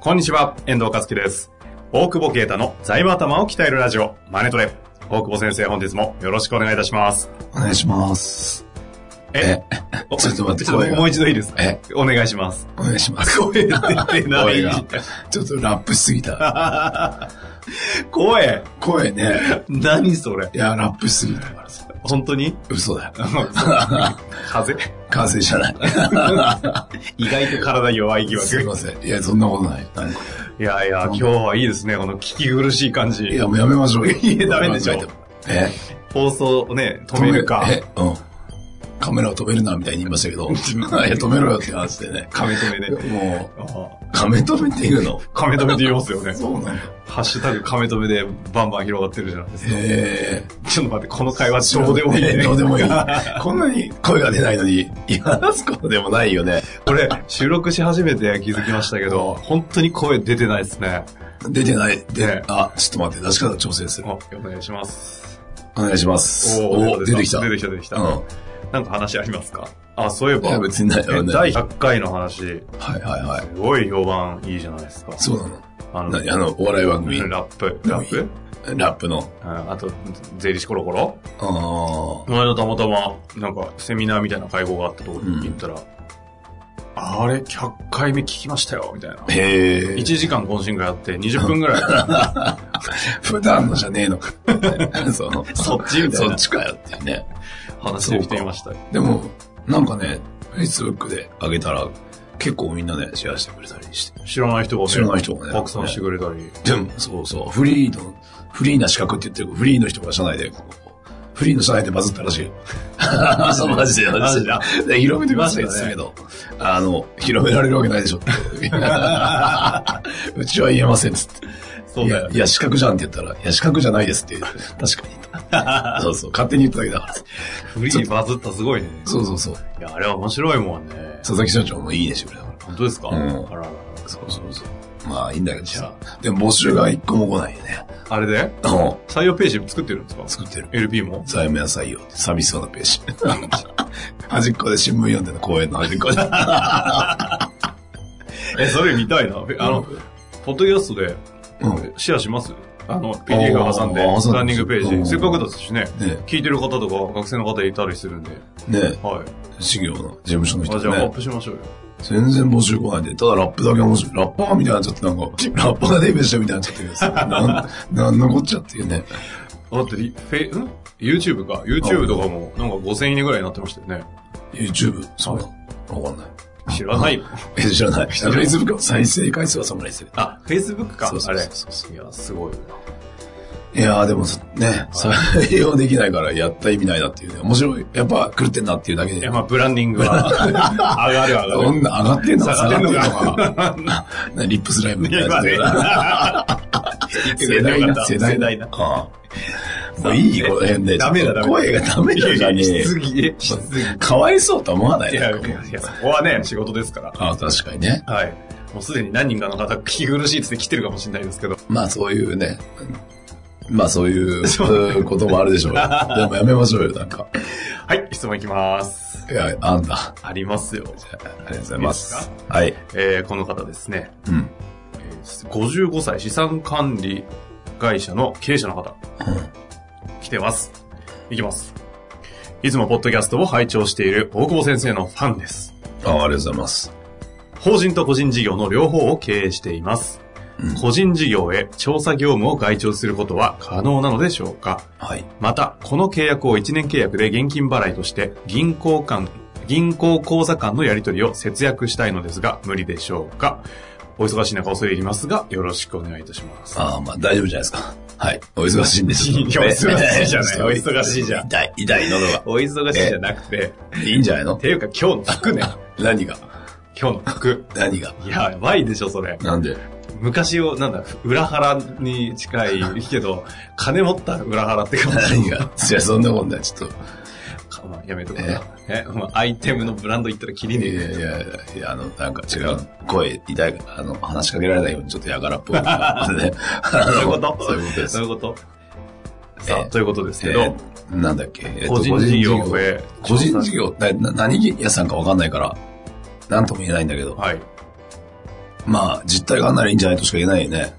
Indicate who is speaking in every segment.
Speaker 1: こんにちは、遠藤和樹です。大久保啓太の財務頭を鍛えるラジオ、マネトレ。大久保先生、本日もよろしくお願いいたします。
Speaker 2: お願いします。
Speaker 1: え、お
Speaker 2: ちょっと待って
Speaker 1: ちょっ
Speaker 2: 声
Speaker 1: と
Speaker 2: が
Speaker 1: もう一度いいですか
Speaker 2: え、
Speaker 1: お願いします。
Speaker 2: お願いします。
Speaker 1: 声 出てな
Speaker 2: 声
Speaker 1: い。
Speaker 2: がちょっとラップしすぎた。
Speaker 1: 声
Speaker 2: 声ね。
Speaker 1: 何それ
Speaker 2: いや、ラップしすぎたからさ。
Speaker 1: 本当に
Speaker 2: 嘘だよ。
Speaker 1: 風邪
Speaker 2: 完成じゃない。
Speaker 1: 意外と体弱い疑
Speaker 2: すい
Speaker 1: 惑。
Speaker 2: ません。いや、そんなことない。なんか
Speaker 1: いやいや、今日はいいですね、この聞き苦しい感じ。
Speaker 2: いや、もうやめましょうよ。
Speaker 1: いやダメでしょ
Speaker 2: 考えても。え、
Speaker 1: 放送をね、止めるか。
Speaker 2: え、うん。カメラを止めるな、みたいに言いました けど。いや、止めろよって話でね。
Speaker 1: 亀止めで。
Speaker 2: も
Speaker 1: ああ
Speaker 2: う、カメ止めって言うの
Speaker 1: 亀止めって言いますよね。
Speaker 2: うなんだ。
Speaker 1: ハッシュタグ亀止めでバンバン広がってるじゃないですか。
Speaker 2: へえ。
Speaker 1: ちょっと待って、この会話どうでもいい、ね。
Speaker 2: どうでもいい。 こんなに声が出ないのに、言い話すことでもないよね。
Speaker 1: これ、収録し始めて気づきましたけど、本当に声出てないですね。
Speaker 2: 出てない。
Speaker 1: ね
Speaker 2: で、あ、ちょっと待って、出し方調整する。
Speaker 1: お、お願いします。
Speaker 2: お願いします。
Speaker 1: ー
Speaker 2: お、出てきた。
Speaker 1: 出てきた、出てきた。
Speaker 2: うん。
Speaker 1: なんか話ありますかあ、そういえ
Speaker 2: いや、
Speaker 1: ば、
Speaker 2: 別にないよ
Speaker 1: え
Speaker 2: ね。は
Speaker 1: 第
Speaker 2: い
Speaker 1: 100回の話、す
Speaker 2: はいはい。
Speaker 1: ごい評判いいじゃないですか。
Speaker 2: そうなの。
Speaker 1: あの、
Speaker 2: 何あの、お笑い番組、
Speaker 1: ラップ、ラップ、
Speaker 2: ラップの。
Speaker 1: うんあと、税理士コロコロ
Speaker 2: あ
Speaker 1: この間たまたま、なんか、セミナーみたいな会合があったとこに行ったら、あれ、100回目聞きましたよ、みたいな
Speaker 2: あ。。へ
Speaker 1: 1
Speaker 2: え。
Speaker 1: 時間懇親会あって、20分ぐ らい。
Speaker 2: 普段のじゃねえのか。 その
Speaker 1: そっちみたい
Speaker 2: そ
Speaker 1: な
Speaker 2: っちかよっていうね。
Speaker 1: 話してる人いました。
Speaker 2: でも、なんかね、Facebook で上げたら、結構みんなね、シェアしてくれたりして。
Speaker 1: 知らない人がね
Speaker 2: 知らない人がね。
Speaker 1: 拡散してくれたり。
Speaker 2: でも、 そうそう、フリーの、フリーな資格って言ってるフリーの人が社内で、こうフリーの社内でバズったらしいよ。そう マジで、マジで。
Speaker 1: マ
Speaker 2: で広めてください
Speaker 1: マ
Speaker 2: で
Speaker 1: ジ
Speaker 2: す
Speaker 1: だね
Speaker 2: けど、あの、広められるわけないでしょって。 うちは言えませんっつって。
Speaker 1: そうだよ
Speaker 2: いや、いや資格じゃんって言ったら、いや、資格じゃないですって言う。確か に。そうそう、勝手に言っただけだから。
Speaker 1: フリーバズったすごいね。
Speaker 2: そうそうそう。
Speaker 1: いや、あれは面白いもんね。
Speaker 2: 佐々木社長もいいねしてくれたから。
Speaker 1: 本当ですか、
Speaker 2: うん
Speaker 1: あらら
Speaker 2: そうそうそう。まあ、いいんだけど
Speaker 1: じゃ
Speaker 2: さ。でも募集が一個も来ないよね。
Speaker 1: あ、あれで
Speaker 2: うん
Speaker 1: 採用ページ作ってるんですか
Speaker 2: 作ってる。
Speaker 1: ?LP も
Speaker 2: 財務野菜よ。寂しそうなページ。 端っこで新聞読んでる公園の端っこで。あ
Speaker 1: え、それ見たいな。あの、、ポッドキャストで
Speaker 2: うん。
Speaker 1: シェアしますあの、PDF 挟んで、
Speaker 2: あー
Speaker 1: ランニングペ
Speaker 2: う
Speaker 1: ー
Speaker 2: ん
Speaker 1: ジ。せっかくだしね。
Speaker 2: ね
Speaker 1: 聞いてる方とか学生の方いたりするんで。
Speaker 2: ね
Speaker 1: はい。
Speaker 2: 修行の事務所の人
Speaker 1: あじゃあ、アッ
Speaker 2: ね。
Speaker 1: プしましょうよ。
Speaker 2: 全然募集来ないんで、ただラップだけ面白い。ラッパーみたいになっちゃって、なんか、ラッパーがデビューしたみたいになっちゃってるんですよ。なん、なんのこっちゃっていうね。
Speaker 1: だってリ、フェイ、ん ?YouTube か。YouTube とかも、なんか5000円ぐらいになってましたよね。
Speaker 2: YouTube、そうわかんない。
Speaker 1: 知らないよ。
Speaker 2: え、知らな
Speaker 1: ら
Speaker 2: い。
Speaker 1: ない
Speaker 2: Facebook の再生回数は侍でする。
Speaker 1: あ、Facebook か。
Speaker 2: そうそ
Speaker 1: あ
Speaker 2: う
Speaker 1: れ。
Speaker 2: そう
Speaker 1: いや、すごいよない
Speaker 2: やーでもそね、採用できないからやった意味ないなっていうね。面白い。やっぱ狂ってんなっていうだけで。
Speaker 1: いや、まあ、ブランディング は。上がる上が
Speaker 2: こん
Speaker 1: る。
Speaker 2: な上がってんのか
Speaker 1: 下が
Speaker 2: 下
Speaker 1: っ
Speaker 2: がっ
Speaker 1: ん
Speaker 2: ててん
Speaker 1: のか
Speaker 2: のか。な リップスライムみたいなやつで。
Speaker 1: 世
Speaker 2: 世
Speaker 1: 代
Speaker 2: 代
Speaker 1: な
Speaker 2: な、
Speaker 1: 世
Speaker 2: 世
Speaker 1: 代
Speaker 2: 代
Speaker 1: な
Speaker 2: な。ああもういい、この辺で。
Speaker 1: ダメだダメだ
Speaker 2: 声がダメだじゃねえよ
Speaker 1: 質疑、質疑。
Speaker 2: かわいそうとは思わない
Speaker 1: いや、い
Speaker 2: ね。
Speaker 1: や、いやそこはね、仕事ですから。
Speaker 2: ああ、確かにね。
Speaker 1: はい。もうすでに何人かの方、聞き苦しいっつって来てるかもしれないですけど。
Speaker 2: まあそういうね。まあそういう
Speaker 1: そう
Speaker 2: うんこともあるでしょ うよ。でもやめましょうよ、なんか。
Speaker 1: はい、質問いきます。
Speaker 2: いや、あんだ。
Speaker 1: ありますよ。
Speaker 2: ありがとうございます。
Speaker 1: いいです
Speaker 2: はい。
Speaker 1: えー、この方ですね。
Speaker 2: うん。うん
Speaker 1: えー55歳資産管理会社の経営者の方。来てます。いきます。いつもポッドキャストを拝聴している大久保先生のファンです。
Speaker 2: ああ、ありがとうございます。
Speaker 1: 法人と個人事業の両方を経営しています。
Speaker 2: うん
Speaker 1: 個人事業へ調査業務を外注することは可能なのでしょうか
Speaker 2: はい。
Speaker 1: また、この契約を1年契約で現金払いとして銀行間、銀行口座間のやり取りを節約したいのですが、無理でしょうかお忙しい中恐れ入りますが、よろしくお願いいたします。
Speaker 2: ああ、まあ大丈夫じゃないですか。はい。お忙しいんです。
Speaker 1: いやお忙しいじゃ ないお忙しいじゃん
Speaker 2: 痛い、痛い、喉が。
Speaker 1: お忙しいじゃなくて、
Speaker 2: いいんじゃないの
Speaker 1: ていうか今日の服ね。
Speaker 2: 何が
Speaker 1: 今日の服。
Speaker 2: 何が
Speaker 1: いや、やばいでしょ、それ。
Speaker 2: なんで
Speaker 1: 昔を、なんだ、裏腹に近いけど、金持った裏腹って感じ。
Speaker 2: 何がじゃあそんなもんだよ、ちょっと。
Speaker 1: か まあ、やめとこうな。え、まあ、アイテムのブランド言ったら切り
Speaker 2: い
Speaker 1: ね
Speaker 2: や
Speaker 1: え
Speaker 2: い
Speaker 1: よ。
Speaker 2: やいやいや、あの、なんか違う。声痛いから、あの、話しかけられないようにちょっとやからっぽ い。ね
Speaker 1: そういうこと
Speaker 2: そういうことです
Speaker 1: そういうことさ
Speaker 2: え
Speaker 1: あ、
Speaker 2: ー
Speaker 1: ということですけ
Speaker 2: え
Speaker 1: ど、
Speaker 2: ーなんだっけ、えーと
Speaker 1: 個人事業増え。
Speaker 2: 個人事業、なな何屋さんかわかんないから、なんとも言えないんだけど、
Speaker 1: はい。
Speaker 2: まあ、実態があんならいいんじゃないとしか言えないよね。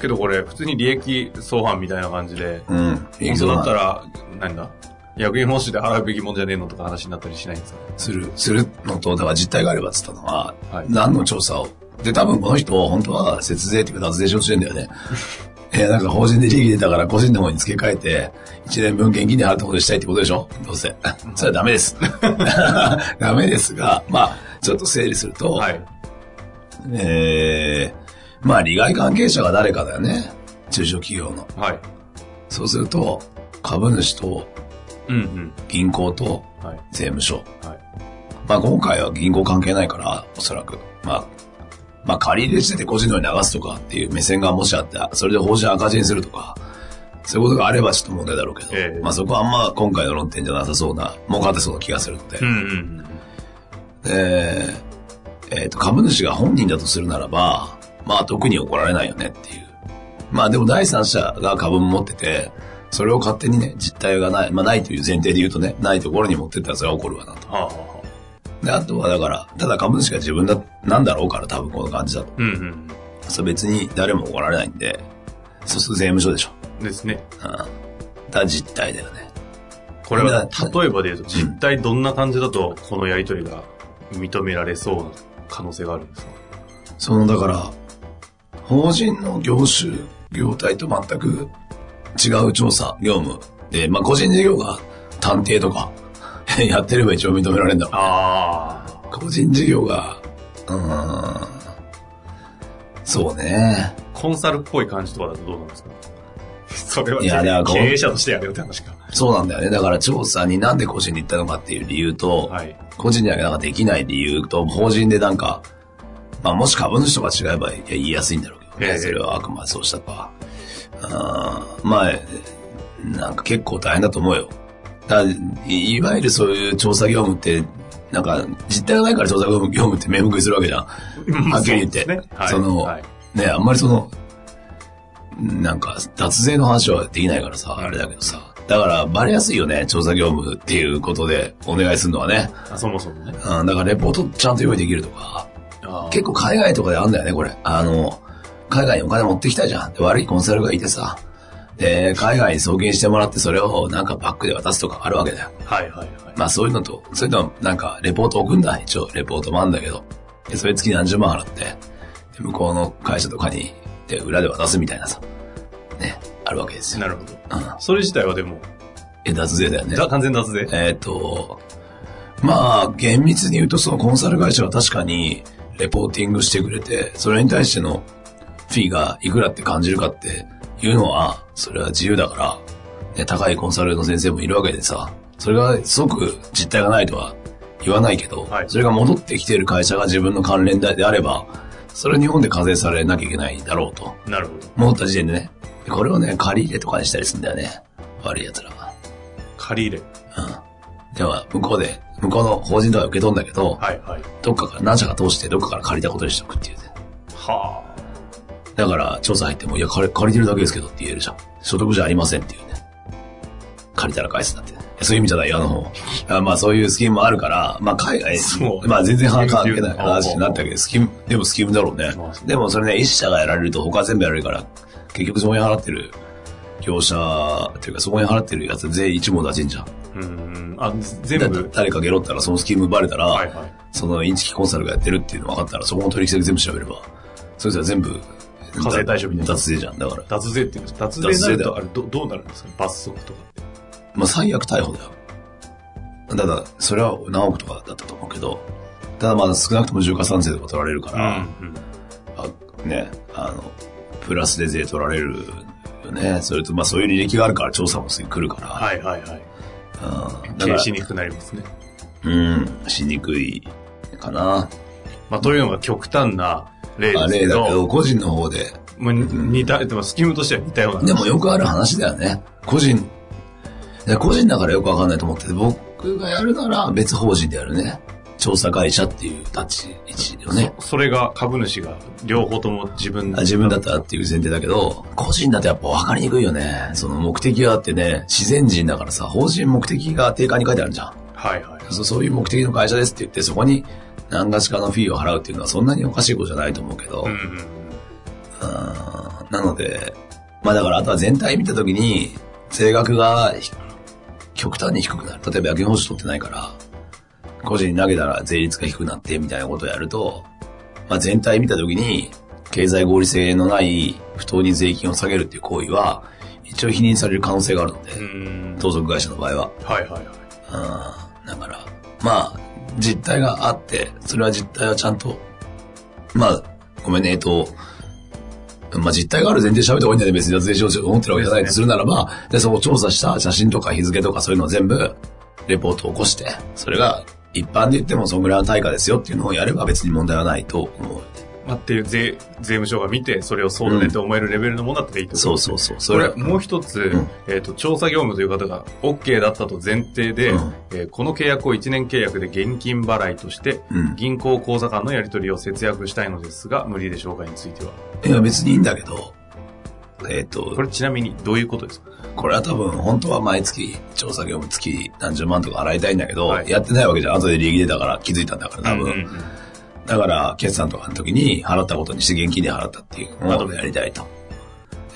Speaker 1: けどこれ、普通に利益相反みたいな感じで、
Speaker 2: うん。
Speaker 1: 本当だった
Speaker 2: ら。
Speaker 1: ら、なんだ役員報酬で払うべきもんじゃねえのとか話になったりしないんですか
Speaker 2: する、するのと、だから実態があればって言ったのは、
Speaker 1: はい
Speaker 2: 何の調査を。で、多分この人、本当は節税っていうか脱税しようとしてんだよね。 えー、なんか法人で利益出たから個人の方に付け替えて、1年分現金で払ったことにしたいってことでしょどうせ。それはダ メです。ダメですが、まあ、ちょっと整理すると、
Speaker 1: はい。
Speaker 2: えー、まあ、利害関係者が誰かだよね。中小企業の。
Speaker 1: はい。
Speaker 2: そうすると、株主と
Speaker 1: うん
Speaker 2: 銀行と
Speaker 1: うん。はい。
Speaker 2: 税務署。
Speaker 1: はい
Speaker 2: まあ、今回は銀行関係ないから、おそらく。まあ、まあ、借り入れしてて個人のように流すとかっていう目線がもしあったら、それで法人赤字にするとか、そういうことがあればちょっと問題だろうけど、
Speaker 1: ええ
Speaker 2: まあそこはあんま今回の論点じゃなさそうな、儲かってそうな気がするので、
Speaker 1: うんうん。
Speaker 2: でえっ、と、株主が本人だとするならば、まあ特に怒られないよねっていう。まあでも第三者が株も持ってて、それを勝手にね、実態がない、まあないという前提で言うとね、ないところに持ってったらそれは怒るわなと。
Speaker 1: はあ、はあ、
Speaker 2: で、あとはだから、ただ株主が自分だ、なんだろうから多分この感じだと。
Speaker 1: うん
Speaker 2: そう別に誰も怒られないんで、そうすると税務署でしょ。
Speaker 1: うん。ですね。
Speaker 2: うん。だから実態だよね。
Speaker 1: これは、
Speaker 2: た
Speaker 1: 例えばで言うと、実態どんな感じだと、このやりとりが認められそうな可能性があるんですか
Speaker 2: そのだから、法人の業種、業態と全く違う調査、業務で、まあ個人事業が探偵とか やってれば一応認められるんだろ
Speaker 1: ああ。
Speaker 2: う。個人事業が、うーん、そうね。
Speaker 1: コンサルっぽい感じとかだとどうなんですか それはい
Speaker 2: やだからこう
Speaker 1: 経営者としてやれよって話か。
Speaker 2: そうなんだよね。だから調査になんで個人に行ったのかっていう理由と、
Speaker 1: はい。
Speaker 2: 個人にはなんかできない理由と、法人でなんか、まあもし株主とか違えばいや言いやすいんだろうけど
Speaker 1: ええ
Speaker 2: ね。それはあくまでそうしたか。あーまあ、なんか結構大変だと思うよ。だいいわゆるそういう調査業務って、なんか実態がないから調査業務業務って目向いするわけじゃん。はっきり言って
Speaker 1: そうですねはい
Speaker 2: その
Speaker 1: はい
Speaker 2: ねあんまりその、なんか脱税の話はできないからさ、あれだけどさ。だからバレやすいよね、調査業務っていうことでお願いするのはね。
Speaker 1: あそもそもね。
Speaker 2: うん、だからレポートちゃんと用意できるとか、
Speaker 1: あー
Speaker 2: 結構海外とかであんだよね、これ。あの、海外にお金持ってきたじゃん。で悪いコンサルがいてさ。で、海外に送金してもらってそれをなんかバックで渡すとかあるわけだよ。
Speaker 1: はいはいはい。
Speaker 2: まあそういうのと、そういうのなんかレポート送んだ、一応レポートもあんだけど。で、それ月何十万払って、で向こうの会社とかに、で、裏で渡すみたいなさ。ね、あるわけですよ。
Speaker 1: なるほど。
Speaker 2: うん。
Speaker 1: それ自体はでも、
Speaker 2: え、脱税だよね。
Speaker 1: だ完全脱税。
Speaker 2: えっ、と、まあ、厳密に言うと、そのコンサル会社は確かに、レポーティングしてくれて、それに対してのフィーがいくらって感じるかっていうのは、それは自由だから、ね、高いコンサルの先生もいるわけでさ、それがすごく実態がないとは言わないけど、
Speaker 1: はい
Speaker 2: それが戻ってきている会社が自分の関連であれば、それは日本で課税されなきゃいけないだろうと。
Speaker 1: なるほど。
Speaker 2: 戻った時点でね。でこれをね、借り入れとかにしたりするんだよね。悪い奴らは。
Speaker 1: 借り入れ。
Speaker 2: では、向こうで、向こうの法人とか受け取んだけど、
Speaker 1: はいはい。
Speaker 2: どっかから何社か通して、どっかから借りたことにしておくっていうね。
Speaker 1: は
Speaker 2: だから、調査入っても、いや、借り借りてるだけですけどって言えるじゃん。所得じゃありませんっていうね。借りたら返すなんて、ね。いやそういう意味じゃないよ、あの、あまあそういうスキームもあるから、まあ海外
Speaker 1: そう
Speaker 2: まあ全然関係
Speaker 1: スキーム
Speaker 2: ない話になったけど、スキーム、でもスキームだろうね
Speaker 1: まあそう。
Speaker 2: でもそれね、一社がやられると他全部やられるから、結局そこに払ってる業者、というかそこに払ってるやつ全員一網打尽じゃん。
Speaker 1: あ。うーん。あ、全
Speaker 2: だ
Speaker 1: 部。
Speaker 2: 誰かゲロったらそのスキームバレたら、
Speaker 1: はいはい。
Speaker 2: そのインチキコンサルがやってるっていうの分かったら、そこの取引先全部調べれば、そいつは全部、
Speaker 1: 課税対象みたいな
Speaker 2: 脱税じゃん。だから、
Speaker 1: 脱税っていうんです脱税になると、あれど、どうなるんですか罰則とかって。
Speaker 2: まあ最悪逮捕だよ。ただ、それは何億とかだったと思うけど、ただまだ少なくとも重加算税とか取られるから、
Speaker 1: うん。
Speaker 2: あね、あの、プラスで税取られるよね。それと、まあそういう履歴があるから調査もすぐ来るから。
Speaker 1: はいはいはい。
Speaker 2: うん。だか
Speaker 1: 経営
Speaker 2: ら
Speaker 1: しにくくなりますね。
Speaker 2: うん、しにくいかな。
Speaker 1: まあ、というのが極端な例
Speaker 2: まあ
Speaker 1: ですけ
Speaker 2: 例だけ
Speaker 1: ど、
Speaker 2: ど、個人の方で。
Speaker 1: まあ、似た、でもスキームとしては似たような。
Speaker 2: でもよくある話だよね。個人、で個人だからよくわかんないと思ってて、僕がやるなら別法人でやるね。調査会社っていう立ち位置よね。
Speaker 1: そそれが株主が両方とも自分
Speaker 2: あ自分だったらっていう前提だけど、個人だとやっぱ分かりにくいよね。その目的があってね、自然人だからさ、法人目的が定価に書いてあるじゃん。
Speaker 1: はいはい。
Speaker 2: そそういう目的の会社ですって言って、そこに何がしかのフィーを払うっていうのはそんなにおかしいことじゃないと思うけど、
Speaker 1: うん
Speaker 2: うん
Speaker 1: うん。
Speaker 2: なので、まあだからあとは全体見たときに、税額がひ極端に低くなる。例えば役員報酬取ってないから、個人に投げたら税率が低くなってみたいなことをやると、まあ全体見たときに、経済合理性のない不当に税金を下げるっていう行為は、一応否認される可能性があるので、
Speaker 1: うん。
Speaker 2: 盗賊会社の場合は。
Speaker 1: はいはいはい。
Speaker 2: うんだから、まあ、実態があって、それは実態はちゃんと、まあ、ごめんね、えっと、まあ実態がある前提で喋った方がいいんだよね、別に脱税しようと思ってるわけじゃないとするならば、で、その調査した写真とか日付とかそういうのを全部、レポートを起こして、それが一般で言ってもそんぐらいの対価ですよっていうのをやれば別に問題はないと思う。
Speaker 1: まあ、っていう税、税務署が見て、それをそうだねって思えるレベルのものだったらいいってこと
Speaker 2: そう
Speaker 1: ですね
Speaker 2: そうそう。そ
Speaker 1: こ
Speaker 2: れ
Speaker 1: れ、もう一つ、
Speaker 2: ん
Speaker 1: えっ、と、調査業務という方が OK だったと前提で、
Speaker 2: うん
Speaker 1: えーこの契約を1年契約で現金払いとして、
Speaker 2: うん
Speaker 1: 銀行口座間のやり取りを節約したいのですが、無理でしょうかについては。
Speaker 2: いや別にいいんだけど、えっと
Speaker 1: こ、れちなみにどういうことですか
Speaker 2: これは多分、本当は毎月、調査業務月何十万とか払いたいんだけど、
Speaker 1: はい
Speaker 2: やってないわけじゃん。後で利益出たから気づいたんだから、多分。
Speaker 1: うんうんうん
Speaker 2: だから、決算とかの時に払ったことにして現金で払ったっていうの
Speaker 1: う
Speaker 2: を
Speaker 1: ん
Speaker 2: やりたいと。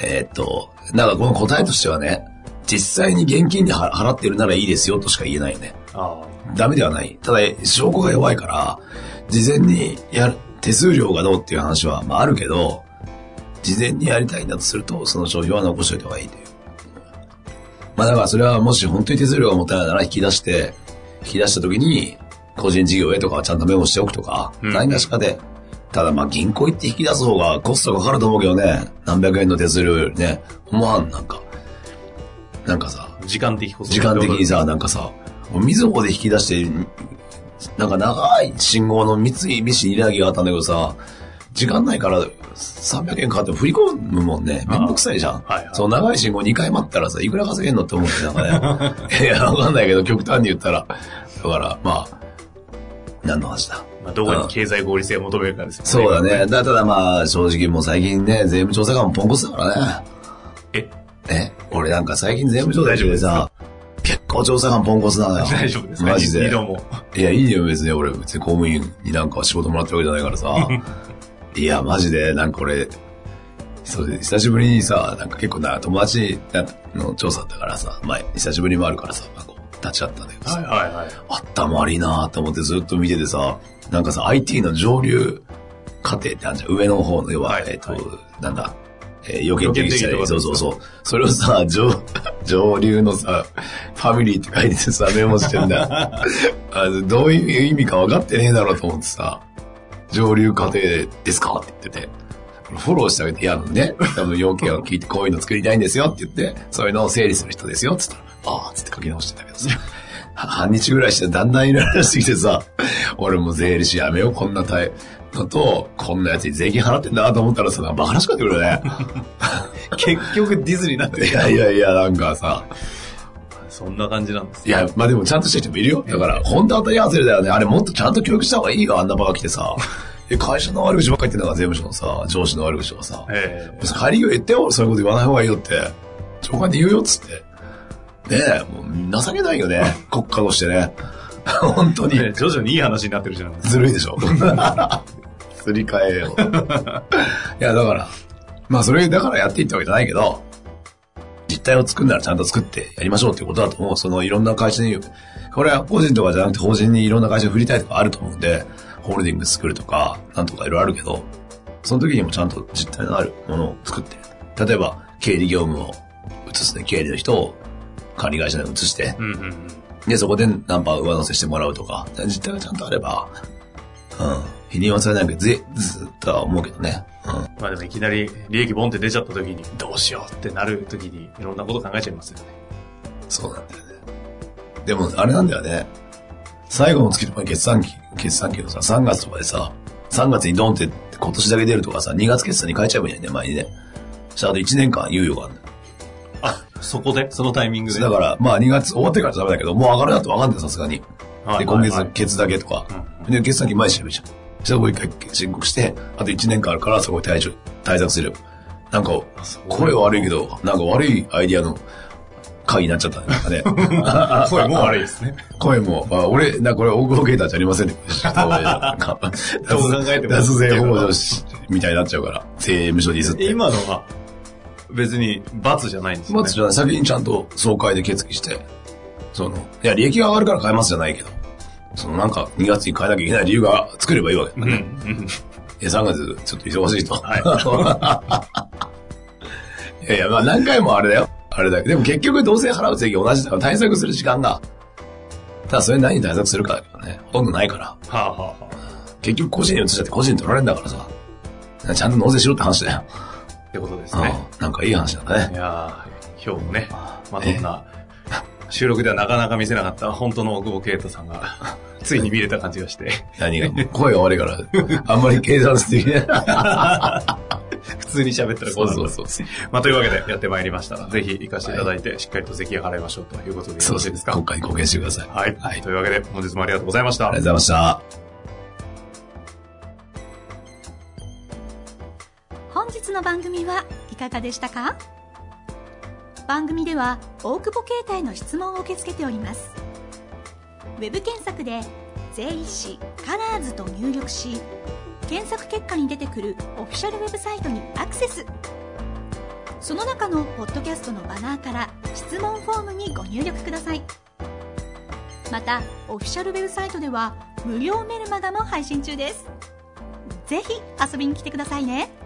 Speaker 2: えーっと、なんかこの答えとしてはね、実際に現金で払払ってるならいいですよとしか言えないよね。
Speaker 1: あ
Speaker 2: ダメではない。ただ、証拠が弱いから、事前にやる、手数料がどうっていう話は、まああるけど、事前にやりたいんだとすると、その商標は残しておいた方がいいという。まあだからそれはもし本当に手数料がもったいないなら引き出して、引き出した時に、個人事業へとかはちゃんとメモしておくとか、
Speaker 1: うん
Speaker 2: 何がしかで、ただまあ銀行行って引き出す方がコストかかると思うけどね、何百円の手数料よりね、思わん、なんか。なんかさ、
Speaker 1: あ時間的こそ
Speaker 2: 時間的にさ、なんかさ、みずほで引き出して、なんか長い信号の三井、三井稲城があったんだけどさ、時間ないから300円かかっても振り込むもんね。めんどくさいじゃん。
Speaker 1: あはいはい
Speaker 2: その長い信号2回待ったらさ、いくら稼げんのって思ってなん かね。いや、わかんないけど、極端に言ったら。だから、まあ、何の話だ。
Speaker 1: まあ、どこに経済合理性を求めるかですよ
Speaker 2: そうだね。だただまあ、正直もう最近ね、税務調査官もポンコツだからね。
Speaker 1: え
Speaker 2: え、俺なんか最近税務調査官でさ、結構調査官ポンコツなのよ。
Speaker 1: 大丈夫ですか
Speaker 2: マジ
Speaker 1: 二
Speaker 2: で。
Speaker 1: 度も。
Speaker 2: いや、いいよ、別に俺、別に公務員になんか仕事もらってるわけじゃないからさ。 いや、マジで、なんか俺、そう久しぶりにさ、なんか結構な、友達の調査だったからさ、前、久しぶりもあるからさ、まあこう立ち会ったんだけど
Speaker 1: は
Speaker 2: さ
Speaker 1: い、はいはい。
Speaker 2: 頭悪いなと思ってずっと見ててさ、なんかさ、IT の上流過程ってあるじゃん。上の方の、要は、
Speaker 1: はい
Speaker 2: えっ、と、
Speaker 1: はい
Speaker 2: なんだ、えー、予見的した
Speaker 1: 予見
Speaker 2: り、
Speaker 1: 的と
Speaker 2: そ
Speaker 1: か
Speaker 2: うそうそう。それをさ、上、 上流のさ、ファミリーって書いてさ、メモしてん だ。あのどういう意味か分かってねえだろうと思ってさ、上流過程ですかって言ってて。フォローしてあげて、いや、ね、多分要件を聞いてこういうの作りたいんですよって言って、そういうのを整理する人ですよって言ったら、ああ、つって書き直してたけ どさ、は半日ぐらいしてだんだんイライラしてきてさ、俺もう税理士やめよう、こんな体のと、こんなやつに税金払ってんだなと思ったらさ、バカらしかってくるね。
Speaker 1: 結局ディズニーなん
Speaker 2: いやいやいや、なんかさ、
Speaker 1: そんな感じなんです
Speaker 2: いや、まあでもちゃんとした人もいるよ。だから、本当当たり外れだよね。あれもっとちゃんと教育した方がいいよ、あんなバカ来てさ。え会社の悪口ばっかり言ってんだから、税務署のさ、上司の悪口をさ。
Speaker 1: ええ
Speaker 2: 仮に言ってよ、そういうこと言わない方がいいよって。長官に言うよっつって。ねえ、もう情けない よね。国家としてね。本当に。
Speaker 1: ね徐々にいい話になってるじゃないですか。
Speaker 2: ずるいでしょ。すり替えよう。いや、だから、まあそれだからやっていったわけじゃないけど、実態を作るならちゃんと作ってやりましょうっていうことだと思う。そのいろんな会社に、これは個人とかじゃなくて法人にいろんな会社を振りたいとかあると思うんで、ホールディングス作るとか、なんとかいろいろあるけど、その時にもちゃんと実態のあるものを作って、例えば経理業務を移すね、経理の人を管理会社に移して、
Speaker 1: うんうんうん。
Speaker 2: で、そこでナンバー上乗せしてもらうとか、実態がちゃんとあれば、うん。否認はされないけど、ぜ、ず、とは思うけどね。うん。
Speaker 1: まあでもいきなり利益ボンって出ちゃった時に、どうしようってなる時に、いろんなこと考えちゃいますよね。
Speaker 2: そうなんだよね。でも、あれなんだよね。最後の月とか決算期、決算期のさ、3月とかでさ、3月にドンって今年だけ出るとかさ、2月決算に変えちゃえばいいんだよね、前にね。そしたらあと1年間猶予があるんだよ
Speaker 1: あ、そこでそのタイミングで。
Speaker 2: だから、まあ2月終わってからじゃダメだけど、もう上がるなと分かんない、さすがに。
Speaker 1: はい
Speaker 2: で、今月、ケツだけとか。で、決算期前に調べちゃう。じゃあもう一回申告して、あと1年間あるから、そこで対処、対策する。なんか、声悪いけど、なんか悪いアイディアの会になっちゃったね。なんかね
Speaker 1: あ声もう悪いですね。
Speaker 2: 声も、あ俺、な、これ、大久保啓太じゃありませんね。なんか
Speaker 1: どう考えても
Speaker 2: 脱税報道しみたいになっちゃうから、税務署ディスって。
Speaker 1: 今のは、別に罰じゃないんですよね。
Speaker 2: まずじゃない、先にちゃんと総会で決議して、その、いや、利益が上がるから買えますじゃないけど、そのなんか2月に変えなきゃいけない理由が作ればいいわけだ
Speaker 1: うん
Speaker 2: ね。
Speaker 1: うん。
Speaker 2: いや、3月ちょっと忙しいと。、
Speaker 1: はい
Speaker 2: やいや、まあ何回もあれだよ。あれだけど、でも結局どうせ払う税金同じだから対策する時間が、ただそれ何に対策するかだけどね、ほとんどないから。
Speaker 1: はあ、はあは
Speaker 2: 結局個人に移しちゃって個人に取られるんだからさ、ちゃんと納税しろって話だよ。
Speaker 1: あ、ってことですね。
Speaker 2: うんなんかいい話なんだ
Speaker 1: い
Speaker 2: ね。
Speaker 1: やー今日もね、まあ、どんな、収録ではなかなか見せなかった本当の大久保啓太さんが、ついに見れた感じがして、
Speaker 2: 何が、声が悪いから、あんまり計算できない。
Speaker 1: 普通に喋ったらこ
Speaker 2: そうう
Speaker 1: な
Speaker 2: そ
Speaker 1: ん
Speaker 2: う
Speaker 1: だ
Speaker 2: そう。
Speaker 1: まあ、というわけでやってまいりました。ぜひ行かせていただいて、しっかりと席を払いましょうということでよ
Speaker 2: そう
Speaker 1: ろしい
Speaker 2: で
Speaker 1: です
Speaker 2: す
Speaker 1: か。
Speaker 2: か。国会に貢献してください。あ
Speaker 1: はい、
Speaker 2: はい
Speaker 1: というわけで、本日もありがとうございました
Speaker 2: りがとうご。ざいました。
Speaker 3: 本日の番組はいかがでしたか番組では大久保携帯の質問を受け付けておりますウェブ検索で「税理士カラーズと入力し検索結果に出てくるオフィシャルウェブサイトにアクセスその中のポッドキャストのバナーから質問フォームにご入力くださいまたオフィシャルウェブサイトでは無料メルマガも配信中ですぜひ遊びに来てくださいね